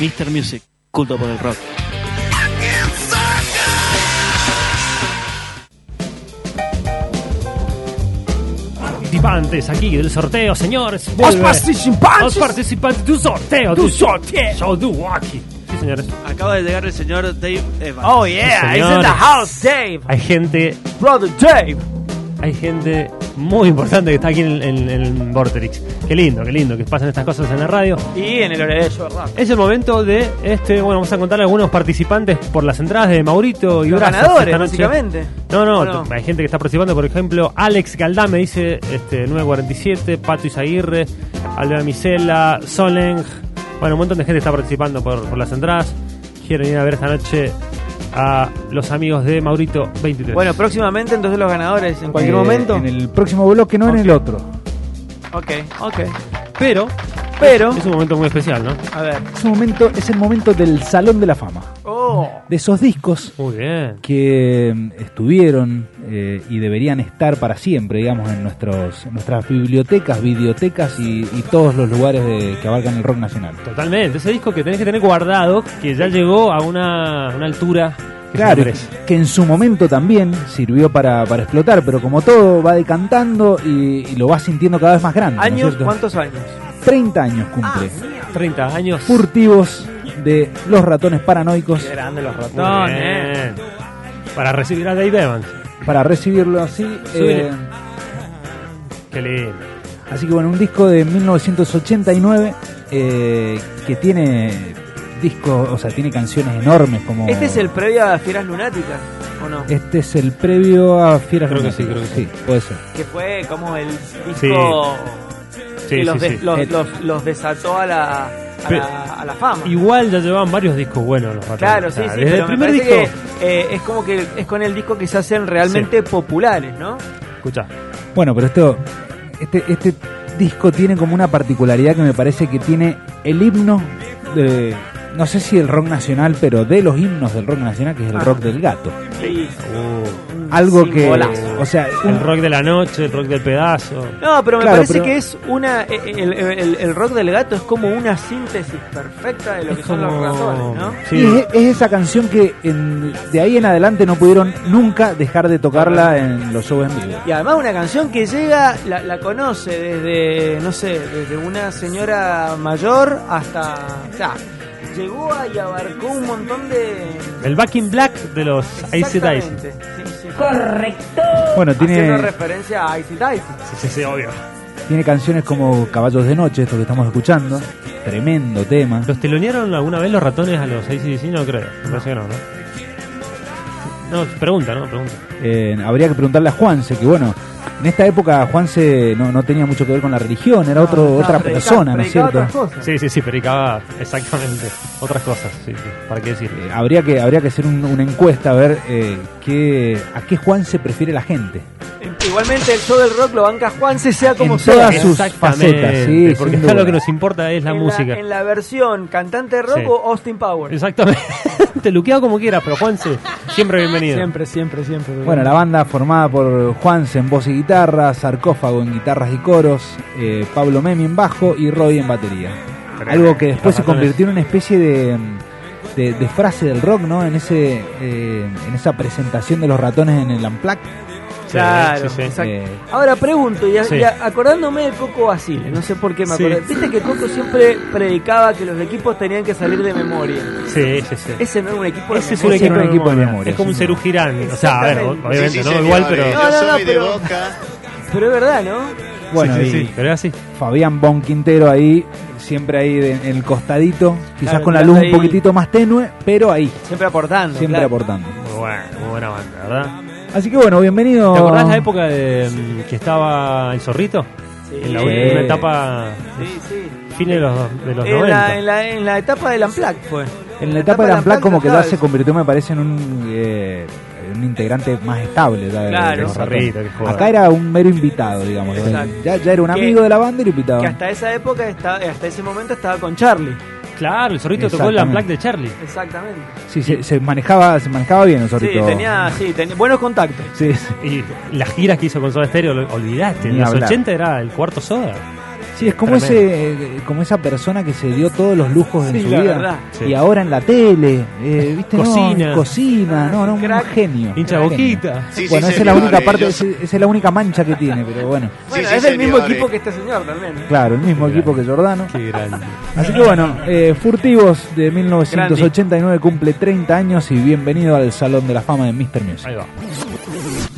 Mr. Music, culto por el rock. participantes aquí del sorteo, señores. Los Vuelve. participantes. Los participantes de un sorteo. De un sí. sorteo. Yo do aquí. Sí, señores. Acaba de llegar el señor Dave Evans. Oh yeah, Sí, it's in señores. the house, Dave. Hay gente, Brother Dave. hay gente muy importante que está aquí en, en- en Vorterix. Qué lindo, qué lindo que pasen estas cosas en la radio. Y en el oredecho, ¿verdad? Es el momento de este, bueno, vamos a contar algunos participantes por las entradas de Maurito y Los Brazas ganadores, esta noche. básicamente. No, no, ¿O no? t- hay gente que está participando, por ejemplo, Alex Galdá me dice este 947, Pato Izaguirre, Alba Misela, Soleng, bueno, un montón de gente está participando por, por las entradas. Quieren ir a ver esta noche a los amigos de Maurito 23. Bueno, próximamente entonces los ganadores, en cualquier Eh, momento. En el próximo bloque, no en el otro. Ok, ok. pero Pero, es un momento muy especial, ¿no? a ver. Es, un este momento, es el momento del Salón de la Fama. Oh, De esos discos Muy bien. que mm, estuvieron eh, y deberían estar para siempre, digamos, en nuestros, en nuestras bibliotecas, videotecas y, y todos los lugares de- que abarcan el rock nacional. Totalmente, ese disco que tenés que tener guardado, que ya llegó a una, una altura que Claro, se merece. que en su momento también sirvió para, para explotar, pero como todo va decantando y, y lo va sintiendo cada vez más grande. ¿no es ¿años? Ah, cierto? ¿Cuántos años? 30 años cumple. 30 años. Furtivos de los ratones paranoicos Qué grande los Muy bien. ratones. Para recibir a Dave Evans. para recibirlo así. Subile. eh, Qué lindo. Así que bueno, un disco de 1989 eh, que tiene disco, o sea, tiene canciones enormes como. Este es el previo a Fieras Lunáticas, ¿o no? Este es el previo a Fieras Creo que sí, Lunáticas. creo Sí, puede ser. Que fue como el disco Sí. Sí, que los, sí, de- sí. Eh, los- los- los desató a la, a Pero- la, a la fama. Igual ya llevaban varios discos buenos los ratones. Claro, O sí, sea, sí, Desde pero el me primer parece disco. que eh, es como que es con el disco que se hacen realmente populares, ¿no? Escucha. Bueno, pero esto, este, este disco tiene como una particularidad que me parece que tiene el himno de, no sé si el rock nacional, pero de los himnos del rock nacional, que es el Ah. rock del gato. Y- Mm, Algo que, Simbolazo. o sea, Uh, El un- rock de la noche, el rock del pedazo. No, pero me Claro, parece pero- que es una. eh, El, el- el rock del gato es como una síntesis perfecta de lo que son los ratones, ¿no? Sí. y es, es esa canción que en- de ahí en adelante no pudieron nunca dejar de tocarla en los shows en vivo. Y además una canción que llega, la, la conoce desde, no sé, desde una señora mayor hasta... O sea, llegó a- y abarcó un montón de... El Back in Black de los Icy Dice. Exactamente. Sí, sí. Bueno, Haciendo tiene, referencia a Icy Dice. Sí, sí, sí, obvio. tiene canciones como Caballos de Noche, esto que estamos escuchando. Tremendo tema. ¿Los telonearon alguna vez los ratones a los Icy Dice? No creo. Me parece que no, ¿no? No, pregunta, ¿no? Pregunta. Eh, habría que preguntarle a Juanse, que bueno, en esta época Juanse no, no tenía mucho que ver con la religión, era otro, No, otra predica- persona, ¿no es predicaba cierto? otras cosas. Sí, sí, sí, predicaba exactamente otras cosas. Sí, sí. ¿Para qué decir? Eh, habría, que, habría que hacer un- una encuesta a ver eh, qué, a qué Juanse prefiere la gente. Igualmente el show del rock lo banca Juanse, sea como En sea. todas ¿eh? sus facetas, sí, porque sin acá duda. lo que nos importa es la en música. en la versión cantante rock Sí. o Austin Powers. Exactamente. Te luqueado como quieras, pero Juanse, siempre bienvenido. siempre, siempre. Bueno, la banda formada por Juanse en voz y guitarra, Sarcófago en guitarras y coros, eh, Pablo Memi en bajo y Robbie en batería. Algo que después se Los ratones. convirtió en una especie de, de- de frase del rock, ¿no? En, ese, eh, en esa presentación de los ratones en el Amplac. Eh, Sí, Claro, sí, sí. exacto. Ahora pregunto, y, a- Sí. y a- acordándome de Coco Basile, no sé por qué me Sí. acordé. Viste que Coco siempre predicaba que los equipos tenían que salir de memoria. Sí, sí, sí. Ese no es un equipo de Ese es un memoria. equipo, un de, equipo de memoria. memoria, Es como un sí, no. cerujirán. O sea, a ver, Exactamente. obviamente, Sí, sí, no señores, igual, pero. No, Yo no, no, soy de pero- Boca. Pero es verdad, ¿no? Bueno, sí, sí, y- sí. Pero era así. Fabián Bon Quintero ahí, siempre ahí de- en el costadito, quizás Claro, con la luz mirando un ahí. poquitito más tenue, pero ahí, Siempre aportando. siempre claro. aportando. Muy bueno, muy buena banda, ¿verdad? Así que bueno, bienvenido. ¿Te acordás la época de, mm, que estaba el zorrito? Sí. En la Sí. última etapa, Sí, sí. fines de los, de los En 90. la, en, la, en la etapa del Amplac fue. En la etapa de del Amplac como que ya trataba se de- convirtió, me parece, en un, eh, en un integrante más estable. ya de- Claro. de los Zorrito, ratones. qué joda. Acá era un mero invitado, digamos. Exacto. Ya, ya era un Que- amigo de la banda y lo invitado. Que hasta esa época, esta- hasta ese momento estaba con Charlie. Claro, el zorrito tocó el Exactamente. Unplugged de Charlie. Exactamente. Sí, se, se manejaba, se manejaba bien el Sí, zorrito. tenía, sí, tenía buenos contactos. Sí, sí. Y las giras que hizo con Soda Stereo, lo- olvidaste. Ni En los hablar. 80 era el cuarto Soda. Sí, es como Tremendo. ese eh, como esa persona que se dio todos los lujos en Sí, su la vida verdad. Sí. y ahora en la tele, eh, ¿viste? No, Cocina. cocina, no, no, un Crack. genio. Hincha genio. boquita. Sí, sí, bueno, esa es la señores, única parte, yo- esa esa es la única mancha que tiene, pero bueno. Bueno, sí, es del mismo señores. equipo que este señor también. Claro, el mismo equipo que Jordano. Qué grande. Así que bueno, eh, Furtivos de 1989 cumple 30 años y bienvenido al Salón de la Fama de Mr. Music. Ahí va.